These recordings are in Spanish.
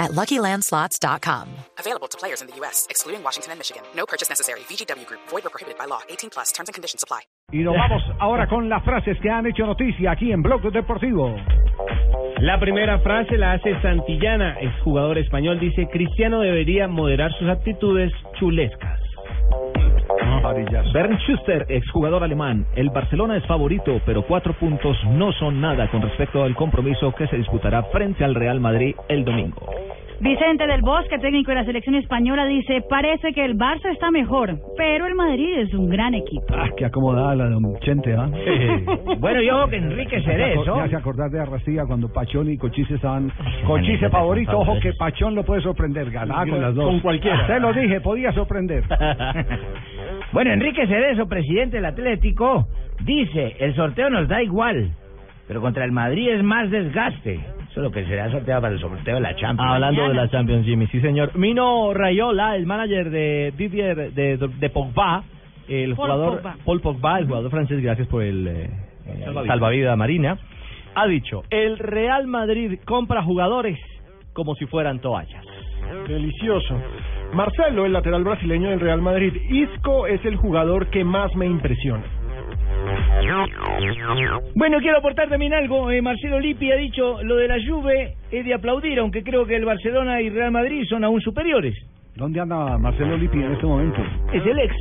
at luckylandslots.com. Available to players in the U.S., excluding Washington and Michigan. No purchase necessary. VGW Group, void or prohibited by law. 18 plus terms and conditions apply. Y nos vamos ahora con las frases que han hecho noticia aquí en Blog Deportivo. La primera frase la hace Santillana, exjugador español, dice Cristiano debería moderar sus actitudes chulescas. Bernd Schuster, exjugador alemán. El Barcelona es favorito, pero cuatro puntos no son nada con respecto al compromiso que se disputará frente al Real Madrid el domingo. Vicente del Bosque, técnico de la selección española, dice, parece que el Barça está mejor, pero el Madrid es un gran equipo. Ah, qué acomodada la de un chente, ¿ah? Bueno, yo que Enrique Cerezo. Ya se acordar de Arrastilla cuando Pachón y Cochise estaban. Cochise favorito, ojo que Pachón lo puede sorprender. Ganar con las dos. Con cualquiera. Te lo dije, podía sorprender. Bueno, Enrique Cerezo, presidente del Atlético, dice, el sorteo nos da igual, pero contra el Madrid es más desgaste. Eso es lo que será sorteado para el sorteo de la Champions. Hablando de la Champions, Jimmy, sí señor. Mino Rayola, el manager de Didier de, de Pogba, el Paul jugador Pogba. Paul Pogba, el jugador francés, gracias por el eh, eh, salvavidas marina, ha dicho: el Real Madrid compra jugadores como si fueran toallas. Delicioso. Marcelo, el lateral brasileño del Real Madrid. Isco es el jugador que más me impresiona. Bueno, quiero aportar también algo. Eh, Marcelo Lippi ha dicho, lo de la Juve es de aplaudir, aunque creo que el Barcelona y Real Madrid son aún superiores. ¿Dónde anda Marcelo Lippi en este momento? Es el ex.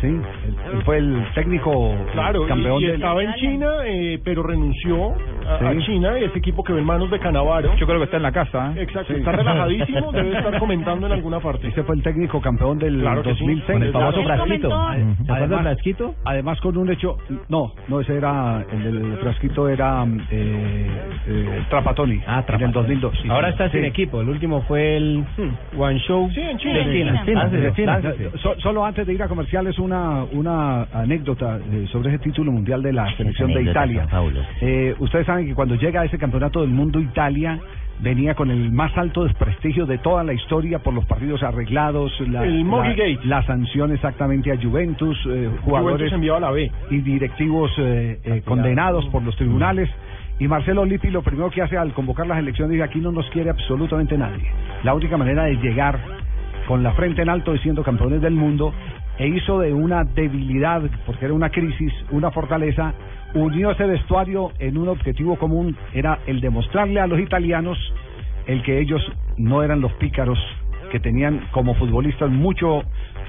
Sí, él, él fue el técnico Claro, y- campeón y, del. estaba en China, eh, pero renunció a, a Sí. China, ese equipo que ve en manos de Canavaro. creo que está en la casa. ¿eh? Exacto, Sí. está relajadísimo, debe estar comentando en alguna parte. Ese fue el técnico campeón del Claro que sí, 2006. con el famoso Él frasquito. comentó- ¿Se acuerdan del Además- frasquito? Además con un hecho, no, no ese era el del frasquito era eh, eh, Trapatoni, Ah, en el Trapatoni. 2002. sí, Ahora sí. está sin Sí. equipo. El último fue el hmm, One Show. Sí, en Sí, China. en China. China. Ah, sí, Ah, sí, sí, sí. sí. So- solo antes de ir a comerciales una una anécdota eh, sobre ese título mundial de la selección de Italia. Eh, ustedes saben que cuando llega a ese campeonato del mundo Italia venía con el más alto desprestigio de toda la historia por los partidos arreglados, la, El la, Mogi-gate. la sanción exactamente a Juventus, eh, Juventus jugadores enviado a la B. y directivos eh, eh, condenados por los tribunales. Y Marcelo Lippi lo primero que hace al convocar las elecciones dice aquí no nos quiere absolutamente nadie. La única manera de llegar con la frente en alto diciendo campeones del mundo e hizo de una debilidad, porque era una crisis, una fortaleza, unió ese vestuario en un objetivo común, era el demostrarle a los italianos el que ellos no eran los pícaros que tenían como futbolistas mucho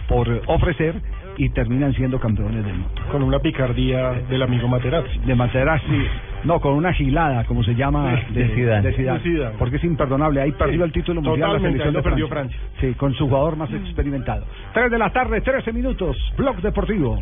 por ofrecer y terminan siendo campeones del mundo Con una picardía del amigo Materazzi. de Materazzi, no, con una gilada, como se llama, de, Zidane. de Zidane, De Zidane. Porque es imperdonable. Ahí perdió Sí, el título mundial la totalmente, selección ahí lo de perdió Francia. Sí, con su jugador más experimentado. 3 de la tarde, 13 minutos, Blog Deportivo.